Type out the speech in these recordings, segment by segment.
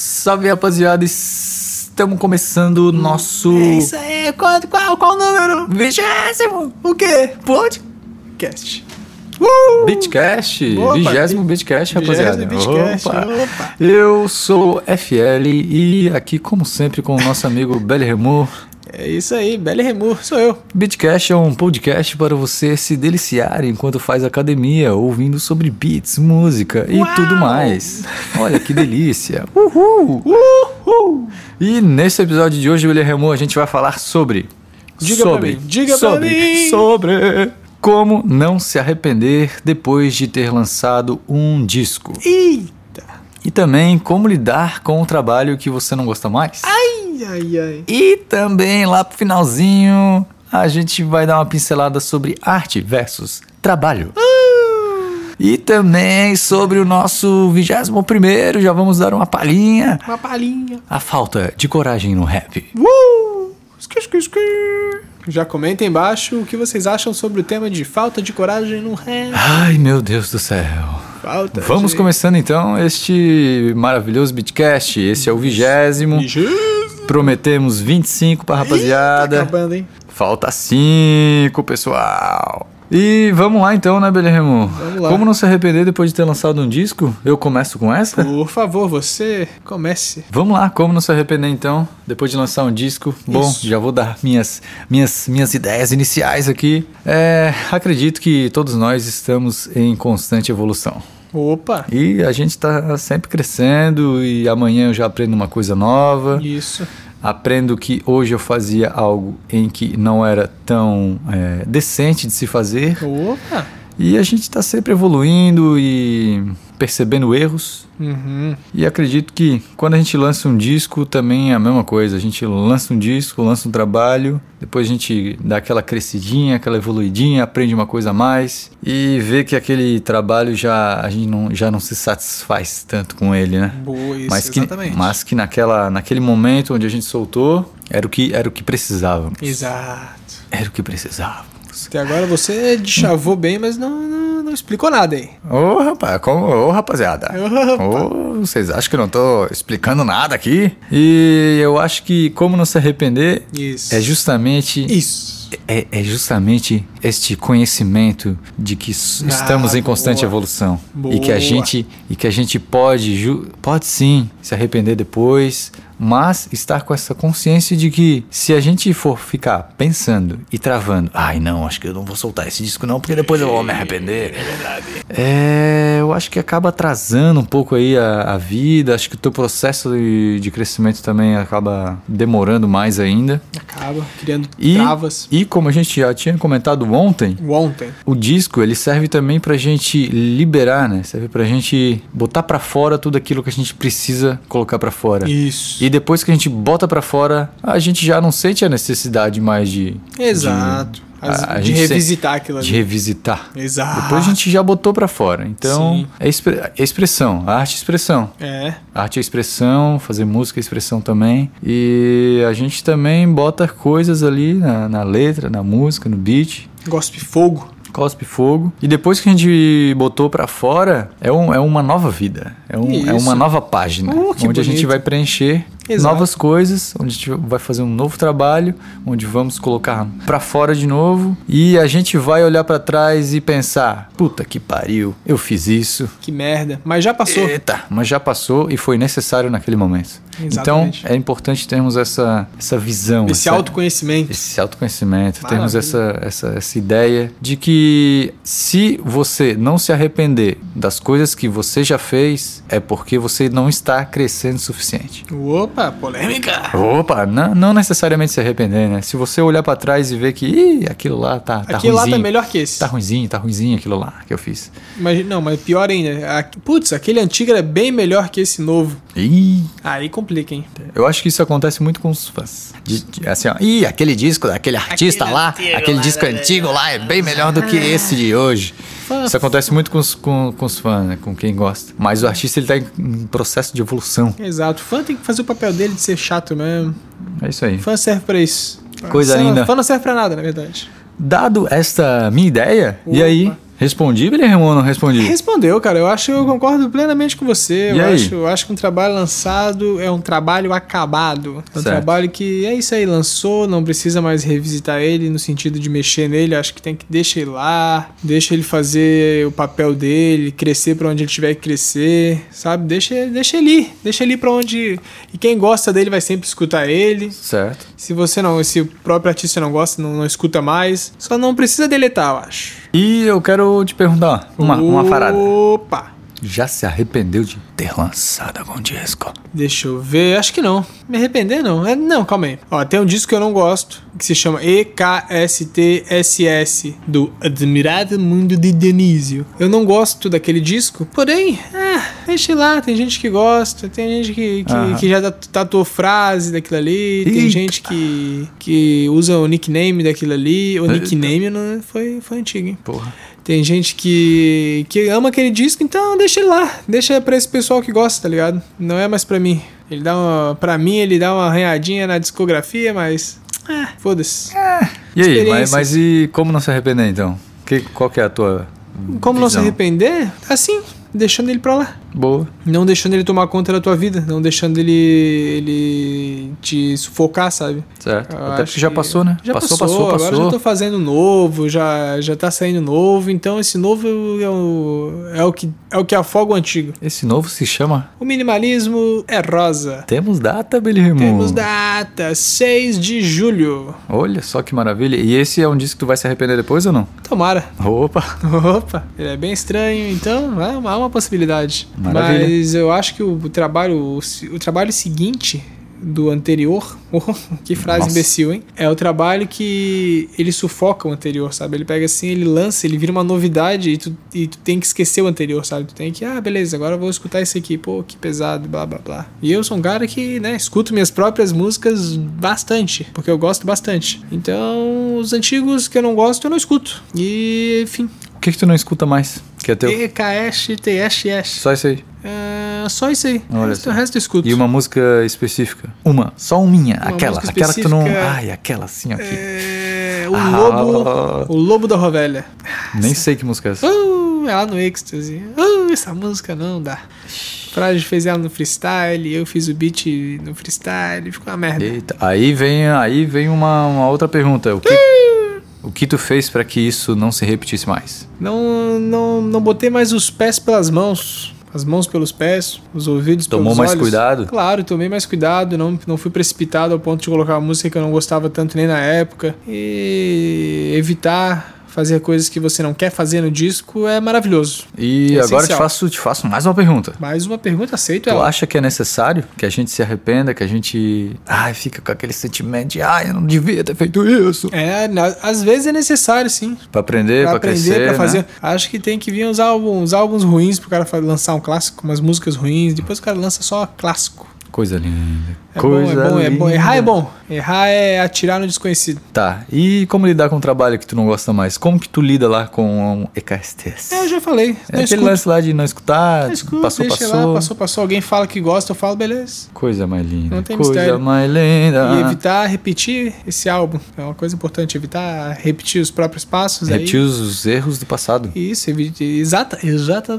Salve, rapaziada. Estamos começando o nosso. É Isso aí, qual, qual, qual o número? Vigésimo! O quê? Podcast. Uh! Bitcast! Opa, Vigésimo Bitcast, rapaziada. Vigésimo Bitcast, opa. Eu sou FL e aqui, como sempre, com o nosso amigo Beli Remor. É isso aí, Belle Remur, sou eu. Bitcast é um podcast para você se deliciar enquanto faz academia, ouvindo sobre beats, música e Uau! tudo mais. Olha que delícia! Uh, Uhul! Uhul! E nesse episódio de hoje, William Remo, a gente vai falar sobre. Diga pra sobre, mim, diga pra sobre, mim! sobre como não se arrepender depois de ter lançado um disco. Eita! E também como lidar com o trabalho que você não gosta mais. Ai, ai, ai. E também lá pro finalzinho, a gente vai dar uma pincelada sobre arte versus trabalho. E também sobre o nosso 21º, já vamos dar uma palhinha. Uma palhinha. A falta de coragem no rap. Uh! Esqui, esqui, esqui. Já comenta aí embaixo o que vocês acham sobre o tema de falta de coragem no rap. Ai, meu Deus do céu. Falta Vamos de... começando então este maravilhoso Bitcast. Esse é o vigésimo. Ih, Prometemos 25 pra Tá rapaziada. acabando, hein? Falta cinco, pessoal. E vamos lá então, né, Beleremo? Vamos lá. Como não se arrepender depois de ter lançado um disco? Eu começo com essa? Por favor, você comece. Vamos lá, como não se arrepender então, depois de lançar um disco? Bom, Isso. já vou dar minhas, minhas, minhas ideias iniciais aqui. É, acredito que todos nós estamos em constante evolução. Opa! E a gente está sempre crescendo e amanhã eu já aprendo uma coisa nova. Isso. Aprendo que hoje eu fazia algo em que não era tão é, decente de se fazer. Opa! E a gente está sempre evoluindo e percebendo erros. Uhum. E acredito que quando a gente lança um disco também é a mesma coisa. A gente lança um disco, lança um trabalho, depois a gente dá aquela crescidinha, aquela evoluidinha, aprende uma coisa a mais e vê que aquele trabalho já a gente não, já não se satisfaz tanto com ele, né? Boa, isso, mas que, exatamente. mas que naquela, naquele momento onde a gente soltou, era o que era o que precisávamos. Exato. Era o que precisávamos. Até agora você deschavou bem, mas não, não, não explicou nada, hein? Ô, rapaz, como, ô, rapaziada. Ô, vocês acham que eu não tô explicando nada aqui? E eu acho que como não se arrepender Isso. é justamente Isso. é, é justamente este conhecimento de que s- Ah, estamos em constante boa. evolução e que a Boa. gente e que a gente pode ju- pode sim se arrepender depois, mas estar com essa consciência de que se a gente for ficar pensando e travando, ai não, acho que eu não vou soltar esse disco não, porque depois eu vou me arrepender. É, eu acho que acaba atrasando um pouco aí a, a vida, acho que o teu processo de, de crescimento também acaba demorando mais ainda. Acaba criando E, travas. e como a gente já tinha comentado ontem, O Ontem. o disco ele serve também pra gente liberar, né? Serve pra gente botar pra fora tudo aquilo que a gente precisa colocar pra fora. Isso. E depois que a gente bota pra fora, a gente já não sente a necessidade mais de, Exato. As- a- a de gente se- revisitar aquilo de ali. revisitar. Exato. Depois a gente já botou pra fora. Então, Sim. é, expre- é expressão, a arte é expressão. É. Arte é expressão, fazer música é expressão também. E a gente também bota coisas ali na, na letra, na música, no beat, Gospe fogo. Cospe fogo. E depois que a gente botou pra fora, é, um- é uma nova vida. É, um- é Isso. uma nova página. Uh, onde que a gente bonito. vai preencher Exato. novas coisas, onde a gente vai fazer um novo trabalho, onde vamos colocar pra fora de novo. E a gente vai olhar pra trás e pensar: puta que pariu, eu fiz isso. Que merda. Mas já passou. Eita, mas já passou e foi necessário naquele momento. Exatamente. Então é importante termos essa, essa visão. Esse essa- autoconhecimento. esse autoconhecimento, temos Maravilha. essa, essa, essa ideia de que se você não se arrepender das coisas que você já fez, é porque você não está crescendo o suficiente. Opa, polêmica. Opa, não, não necessariamente se arrepender, né? Se você olhar pra trás e ver que "Ih, aquilo lá tá, tá Aquilo lá tá ruinzinho, melhor que esse. tá ruinzinho, tá ruinzinho aquilo lá que eu fiz. Mas, não, mas pior ainda. A- Putz, aquele antigo era bem melhor que esse novo. Ih, Aí complica, hein? eu acho que isso acontece muito com os fãs. De- de- assim, ó, Ih, aquele disco daquele artista Aquele lá, antigo aquele lá, disco né? antigo lá é bem melhor do que esse de hoje. Fã- Isso acontece muito com os, com, com os fãs, né? com quem gosta. Mas o artista ele tá em, em processo de evolução. Exato. Fã tem que fazer o papel dele de ser chato mesmo. É isso aí. Fã serve pra isso. Coisa Fã- linda. Fã não serve pra nada, na verdade. Dado esta minha ideia, e aí, Opa. Respondi, Guilherme, ou não respondi? Respondeu, cara. Eu acho que eu concordo plenamente com você. E eu, aí? Acho, eu acho que um trabalho lançado é um trabalho acabado. É um Certo. trabalho que é isso aí, lançou, não precisa mais revisitar ele no sentido de mexer nele. Acho que tem que deixar ele lá, deixa ele fazer o papel dele, crescer pra onde ele tiver que crescer, sabe? Deixa, deixa ele ir, deixa ele ir pra onde. E quem gosta dele vai sempre escutar ele. Certo. Se você não, se o próprio artista não gosta, não, não escuta mais. Só não precisa deletar, eu acho. E eu quero te perguntar uma, uma parada. Opa! Já se arrependeu de ter lançado algum disco? Deixa eu ver, acho que não. Me arrepender não. É, não, calma aí. Ó, tem um disco que eu não gosto, que se chama EKSTSS, do Admirável Mundo de Dionísio. Eu não gosto daquele disco, porém, é, deixa lá, tem gente que gosta, tem gente que, que, Aham. que já tatu- tatuou frase daquilo ali, tem Eita. gente que, que usa o nickname daquilo ali. O nickname não, foi, foi antigo, hein? Porra. Tem gente que, que ama aquele disco, então deixa ele lá. Deixa pra esse pessoal que gosta, tá ligado? Não é mais pra mim. Ele dá uma. Pra mim, ele dá uma arranhadinha na discografia, mas. Ah, foda-se. É, E aí, mas, Experiência. mas e como não se arrepender então? Que, qual que é a tua. Como não se visão? arrepender? Assim, deixando ele pra lá. Boa. Não deixando ele tomar conta da tua vida. Não deixando ele. ele te sufocar, sabe? Certo. Eu Até acho porque já que- passou, né? Já passou, passou, passou, Agora passou. já tô fazendo novo, já, já tá saindo novo. Então esse novo é o, é o, que, é o que afoga o antigo. Esse novo se chama O minimalismo é rosa. Temos Data, Billy Ramon. Temos data 6 de julho. Olha só que maravilha. E esse é um disco que tu vai se arrepender depois ou não? Tomara. Opa! Opa, ele é bem estranho, então é uma, é uma possibilidade. Maravilha. Mas eu acho que o trabalho, o, se- o trabalho seguinte do anterior, oh, que frase Nossa. imbecil, hein? É o trabalho que ele sufoca o anterior, sabe? Ele pega assim, ele lança, ele vira uma novidade e tu, e tu tem que esquecer o anterior, sabe? Tu tem que, ah, beleza, agora eu vou escutar esse aqui, pô, que pesado, blá blá blá. E eu sou um cara que, né, escuto minhas próprias músicas bastante, porque eu gosto bastante. Então, os antigos que eu não gosto, eu não escuto. E, enfim, O que, que tu não escuta mais? Que é teu? EKSTSS. Só isso aí. É, só isso aí. O Olha resto, só. o resto eu escuto. E uma música específica? Uma, só minha, aquela. música Aquela que tu não. específica. Ai, aquela assim, ó. que- É, o Ah. Lobo. O Lobo da Rovelha. Nem sei que música é essa. Uh, ela no êxtase. Uh, essa música não dá. Frage fez ela no freestyle, eu fiz o beat no freestyle, ficou uma merda. Eita, aí vem, aí vem uma, uma outra pergunta. O que, o que tu fez pra que isso não se repetisse mais? Não, não, não botei mais os pés pelas mãos. As mãos pelos pés, os ouvidos Tomou pelos mais olhos. cuidado? Claro, tomei mais cuidado, não, não fui precipitado ao ponto de colocar uma música que eu não gostava tanto nem na época. E evitar fazer coisas que você não quer fazer no disco é maravilhoso. E É agora te essencial. faço, te faço mais uma pergunta. Mais uma pergunta, aceito Tu ela. acha que é necessário que a gente se arrependa, que a gente. Ai, fica com aquele sentimento de. Ai, eu não devia ter feito isso. É, na- às vezes é necessário, sim. Pra aprender, Pra pra, aprender, crescer. pra fazer. Né? Acho que tem que vir uns álbuns, álbuns ruins pro cara fa- lançar um clássico, umas músicas ruins. Depois o cara lança só clássico. Coisa linda. É Coisa bom, é bom, é bom. linda. Errar é bom. Errar é atirar no desconhecido. Tá. E como lidar com um trabalho que tu não gosta mais? Como que tu lida lá com um EKSTS? É, eu já falei. É Não aquele escuto. lance lá de não escutar, tipo, Não escuto, passou, deixa passou. lá, passou, passou. Alguém fala que gosta, eu falo, beleza. Coisa mais linda. Não tem Coisa mistério. mais linda. E evitar repetir esse álbum. É uma coisa importante, evitar repetir os próprios passos. é aí. Repetir os- os erros do passado. Isso, evite- exata,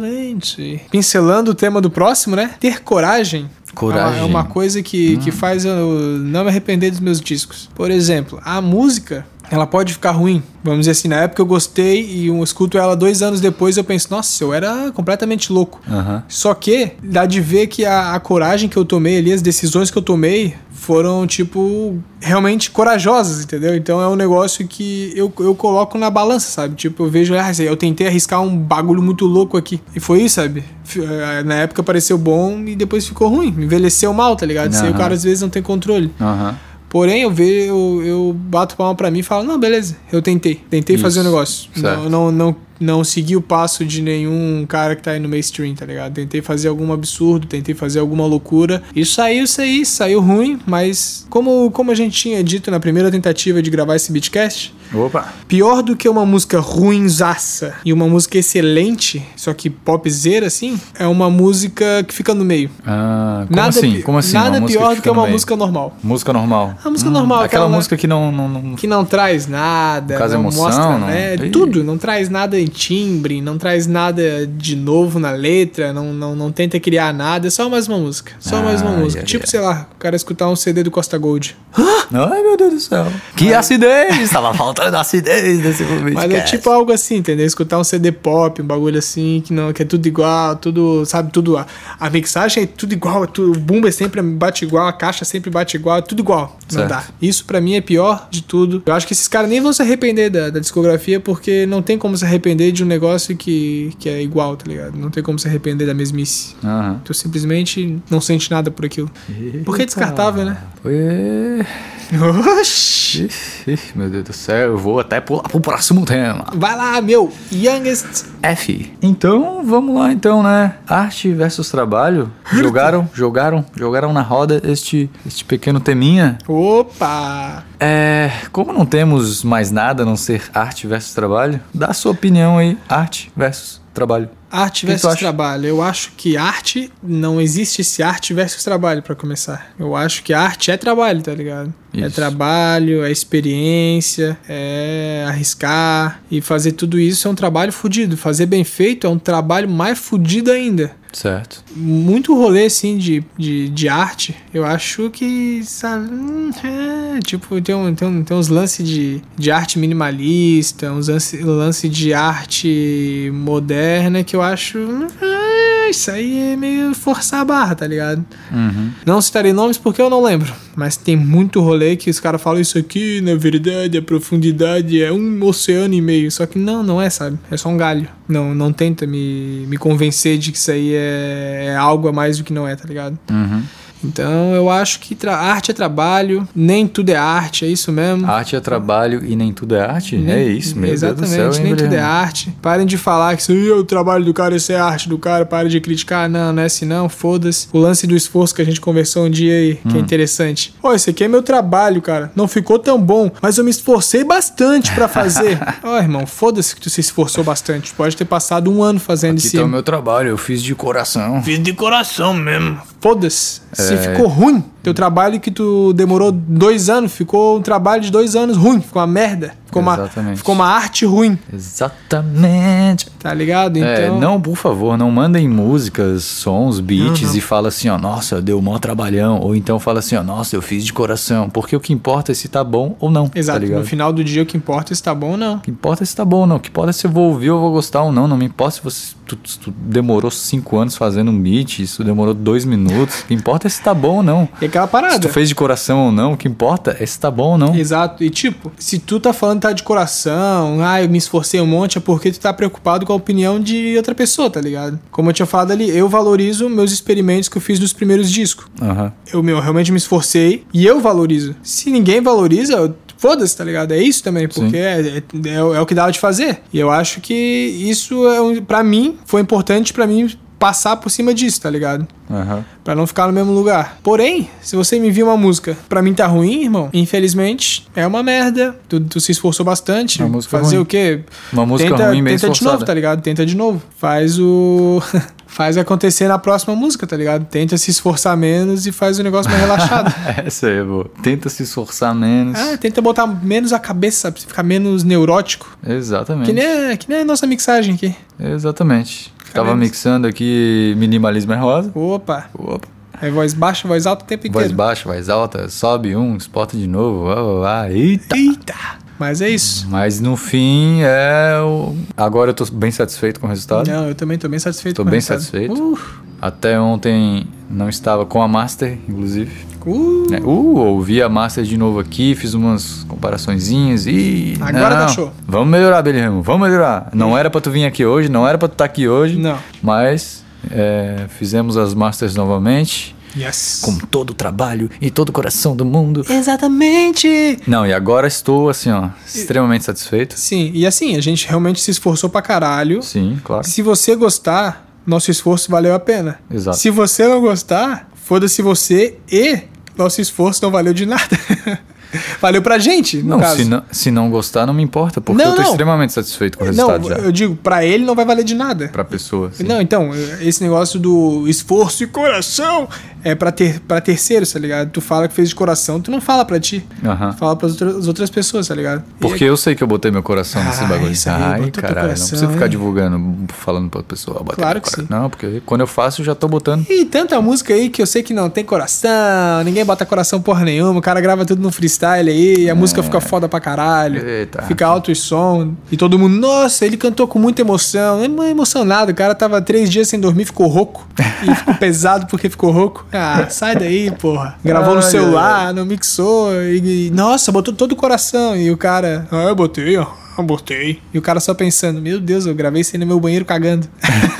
exatamente. Pincelando o tema do próximo, né? Ter coragem. Coragem. É uma, é uma coisa que, que faz eu não me arrepender dos meus discos. Por exemplo, a música, ela pode ficar ruim. Vamos dizer assim, na época eu gostei e eu escuto ela dois anos depois eu penso, nossa, eu era completamente louco. Aham. Só que dá de ver que a, a coragem que eu tomei ali, as decisões que eu tomei foram, tipo, realmente corajosas, entendeu? Então é um negócio que eu, eu coloco na balança, sabe? Tipo, eu vejo, ah, eu tentei arriscar um bagulho muito louco aqui. E foi isso, sabe? F- eh, Na época pareceu bom e depois ficou ruim. Envelheceu mal, tá ligado? Isso aí o Aham. cara às vezes não tem controle. Aham. Porém, eu vejo, eu, eu bato palma pra mim e falo, não, beleza, eu tentei. Tentei Isso, fazer o negócio. certo. Não, não, não, não segui o passo de nenhum cara que tá aí no mainstream, tá ligado? Tentei fazer algum absurdo, tentei fazer alguma loucura. E saiu isso aí, saiu ruim, mas como, como a gente tinha dito na primeira tentativa de gravar esse beatcast, Opa. pior do que uma música ruinzaça e uma música excelente, só que popzera assim, é uma música que fica no meio. Ah, como assim? pi- Como assim? Nada Uma música pior do fica que no uma meio? música normal. Música normal. Hum, A música normal, Aquela aquela- Hum. música que não. não, não- que não traz nada, No caso, não emoção, mostra, não- né? Ih. Tudo, não traz nada timbre, não traz nada de novo na letra, não, não, não tenta criar nada, é só mais uma música. Só Ah, mais uma música. yeah, tipo, yeah. sei lá, o cara escutar um CD do Costa Gold. Ai, meu Deus do céu. Que acidez! Tava faltando acidez nesse momento. Mas é tipo algo assim, entendeu? Escutar um CD pop, um bagulho assim, que não que é tudo igual, tudo, sabe, tudo. A, a mixagem é tudo igual, é tudo, o bumba sempre bate igual, a caixa sempre bate igual, é tudo igual. Não Certo. dá. Isso pra mim é pior de tudo. Eu acho que esses caras nem vão se arrepender da, da discografia, porque não tem como se arrepender de um negócio que, que é igual, tá ligado? Não tem como se arrepender da mesmice. Aham. Tu simplesmente não sente nada por aquilo. Porque é descartável, né? Ui. Oxi! Ixi, ixi, Meu Deus do céu, eu vou até pular pro próximo tema. Vai lá, meu! Youngest F. Então, vamos lá então, né? Arte versus trabalho. Jogaram, jogaram, jogaram na roda este, este pequeno teminha. Opa! É, como não temos mais nada a não ser arte versus trabalho, dá a sua opinião aí, arte versus trabalho. Arte O que tu versus acha? trabalho. Eu acho que arte não existe esse arte versus trabalho pra começar. Eu acho que arte é trabalho, tá ligado? É Isso. trabalho, é experiência, é arriscar e fazer tudo isso é um trabalho fudido. Fazer bem feito é um trabalho mais fudido ainda. Certo. Muito rolê assim de, de, de arte. Eu acho que sabe, hum, é, tipo tem, um, tem, um- tem uns lances de, de arte minimalista, uns lance, lance de arte moderna que eu acho hum, é, isso aí é meio forçar a barra, tá ligado? Uhum. Não citarei nomes porque eu não lembro, mas tem muito rolê que os caras falam isso aqui, na verdade, a profundidade é um oceano e meio. Só que não, não é, sabe? É só um galho. Não, não tenta me, me convencer de que isso aí é, é algo a mais do que não é, tá ligado? Uhum. Então eu acho que tra- arte é trabalho, nem tudo é arte, é isso mesmo. Arte é trabalho e nem tudo é arte? é isso, meu Exatamente, Deus do céu. hein, nem tudo é Guilherme? arte. Parem de falar que isso aí é o trabalho do cara, isso é a arte do cara, parem de criticar. Não, não é assim não, foda-se. O lance do esforço que a gente conversou um dia aí, Hum. que é interessante. Ó, esse aqui é meu trabalho, cara. Não ficou tão bom, mas eu me esforcei bastante pra fazer. Ó, irmão, foda-se que tu se esforçou bastante. Tu Pode ter passado um ano fazendo Que isso. tá o meu trabalho, eu fiz de coração. Fiz de coração mesmo. Foda-se. É. Se ficou ruim, teu trabalho que tu demorou dois anos, ficou um trabalho de dois anos ruim, ficou uma merda. Ficou, uma, Exatamente. ficou uma arte ruim. Exatamente. Tá ligado? Então. É, não, por favor, não mandem músicas, sons, beats e fala assim, ó, nossa, deu mó trabalhão. Ou então fala assim, ó, nossa, eu fiz de coração. Porque o que importa é se tá bom ou não. Tá Exato. ligado? no final do dia o que importa é se tá bom ou não. O que importa é se tá bom ou não. O que importa é se eu vou ouvir ou vou gostar ou não. Não me importa se você tu, tu demorou cinco anos fazendo um beat, isso demorou dois minutos. O que importa é se tá bom ou não. E aquela Se tu parada. fez de coração ou não, o que importa é se tá bom ou não. Exato. E tipo, se tu tá falando que tá de coração, ah, eu me esforcei um monte, é porque tu tá preocupado com a opinião de outra pessoa, tá ligado? Como eu tinha falado ali, eu valorizo meus experimentos que eu fiz nos primeiros discos. Aham. eu meu, realmente me esforcei e eu valorizo. Se ninguém valoriza, eu- foda-se, tá ligado? É isso também, porque é, é- é o- é o que dava de fazer. E eu acho que isso, é um, para mim, foi importante pra mim passar por cima disso, tá ligado? Aham. Pra não ficar no mesmo lugar. Porém, se você me envia uma música, pra mim tá ruim, irmão. Infelizmente, é uma merda. Tu, tu se esforçou bastante. É uma música Fazer ruim. o quê? Uma música tenta ruim, bem tenta de esforçada. novo, tá ligado? Tenta de novo. Faz o. faz acontecer na próxima música, tá ligado? Tenta se esforçar menos e faz o negócio mais relaxado. Essa aí é boa. Tenta se esforçar menos. ah, tenta botar menos a cabeça, sabe? Você ficar menos neurótico. Exatamente. Que nem, a- que nem a nossa mixagem aqui. Exatamente. Tava menos. mixando aqui minimalismo é rosa. Opa. Opa. É voz baixa, voz alta o tempo Voz inteiro. baixa, voz alta, sobe um, exporta de novo. Vá, vá, vá. Eita! Eita! Mas é isso. Mas no fim é. o- Agora eu tô bem satisfeito com o resultado. Não, eu também tô bem satisfeito Tá. Tô com o bem resultado. satisfeito. Uh, Até ontem não estava com a Master, inclusive. uh. né? Uh, ouvi a Master de novo aqui, fiz umas comparaçõezinhas e. Agora tá não, show. Vamos melhorar, Belirramo, vamos melhorar. Não era pra tu vir aqui hoje, não era pra tu estar aqui hoje. Não. Mas é, fizemos as Masters novamente. Yes. Com todo o trabalho e todo o coração do mundo. Exatamente! Não, e agora estou assim, ó, extremamente satisfeito. Sim, e assim, a gente realmente se esforçou pra caralho. Sim, claro. Se você gostar, nosso esforço valeu a pena. Exato. Se você não gostar, foda-se você e nosso esforço não valeu de nada. Valeu pra gente, no Não caso. se, não, se não gostar, não me importa, porque Não, eu tô não. extremamente satisfeito com o resultado Não, já. eu digo, pra ele não vai valer de nada. Pra pessoa. assim. Não, então, esse negócio do esforço e coração é pra, ter, pra terceiros, tá ligado? Tu fala que fez de coração, tu não fala pra ti. Aham. Tu fala pras outras, as outras pessoas, tá ligado? E Porque eu sei que eu botei meu coração nesse Ah, bagulho. isso aí, Ai, botou teu caralho, coração, não precisa ficar hein? divulgando, falando pra pessoa. ó, botei Claro meu que coração. sim. Não, porque quando eu faço, eu já tô botando. E tanta música aí que eu sei que não tem coração, ninguém bota coração porra nenhuma, o cara grava tudo no freestyle aí, e a música fica foda pra caralho. É. Eita. Fica alto e som. E todo mundo, nossa, ele cantou com muita emoção. Não é emocionado, o cara tava três dias sem dormir, ficou rouco. E ficou pesado porque ficou rouco. Ah, sai daí, porra. Gravou no Ai, celular, não mixou. E, e, nossa, botou todo o coração. E o cara, ah, eu botei, ó. eu Botei. E o cara só pensando, meu Deus, eu gravei isso aí no meu banheiro cagando.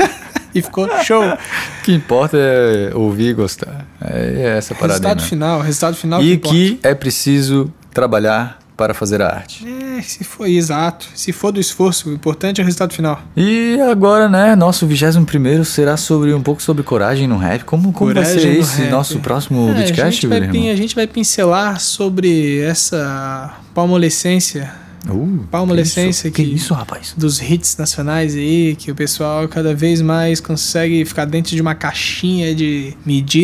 e ficou show. O que importa é ouvir e gostar. É essa parada. aí, Resultado né? final, resultado final E importa. que é preciso trabalhar para fazer a arte. É, se for exato, se for do esforço, o importante é o resultado final. E agora, né, nosso 21 será sobre um pouco sobre coragem no rap. Como, como vai Coragem ser no esse rap. nosso próximo É, a, podcast, gente vai, pin- Guilherme? a gente vai pincelar sobre essa palmolescência Uh, palmolescência que isso? que- Que isso, rapaz? dos hits nacionais aí, que o pessoal cada vez mais consegue ficar dentro de uma caixinha de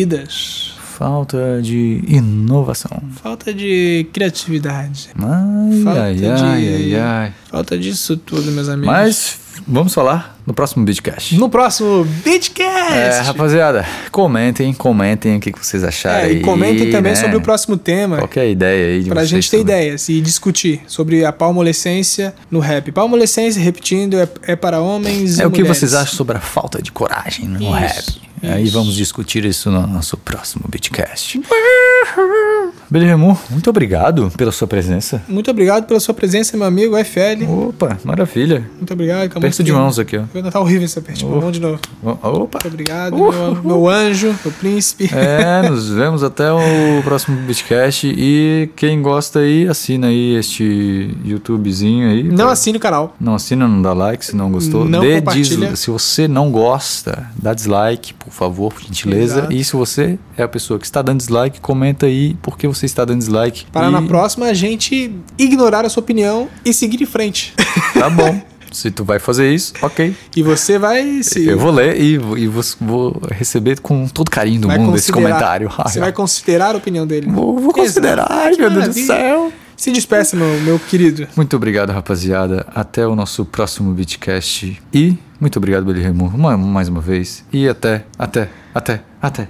medidas. Falta de inovação. Falta de criatividade. Ai, Falta ai, de- ai, ai, ai. Falta disso tudo, meus amigos. Mas vamos falar no próximo Beatcast. no próximo É, Beatcast! rapaziada, comentem, comentem o que que vocês acharam. É, e comentem aí, também né? sobre o próximo tema. Qual que é a ideia aí de Pra vocês gente ter sobre- ideias e discutir sobre a palmolescência no rap. Palmolescência, repetindo, é, é para homens e É o que mulheres. vocês acham sobre a falta de coragem no Isso, rap. Aí isso. vamos discutir isso no nosso próximo Beatcast. Uhum. Belirremu, muito obrigado pela sua presença. Muito obrigado pela sua presença, meu amigo FL. Opa, maravilha. Muito obrigado. com a Aperto mão de firme. mãos aqui, ó. Vai Tá horrível esse aperto de mão de novo. Opa. Muito obrigado, meu, meu anjo, meu príncipe. É, nos vemos até o próximo Beatcast. E quem gosta aí, assina aí este YouTubezinho aí. Não assine o canal. Não assina, não dá like se não gostou. Não Dê compartilha. dis- Se você não gosta, dá dislike, por favor, por gentileza. Exato. E se você é a pessoa que está dando dislike, comenta aí por que você está dando dislike. Para e... na próxima a gente ignorar a sua opinião e seguir em frente. Tá bom. se tu vai fazer isso, ok. E você vai se. Eu vou ler e, vou- e vou, vou receber com todo carinho do vai mundo esse considerar- comentário. Você vai considerar a opinião dele. Vou, vou considerar, ai, meu Deus do Maravilha. céu. Se despeça, meu, meu querido. Muito obrigado, rapaziada. Até o nosso próximo Beatcast. E muito obrigado, Billy Remo, mais uma vez. E até, até, até, até.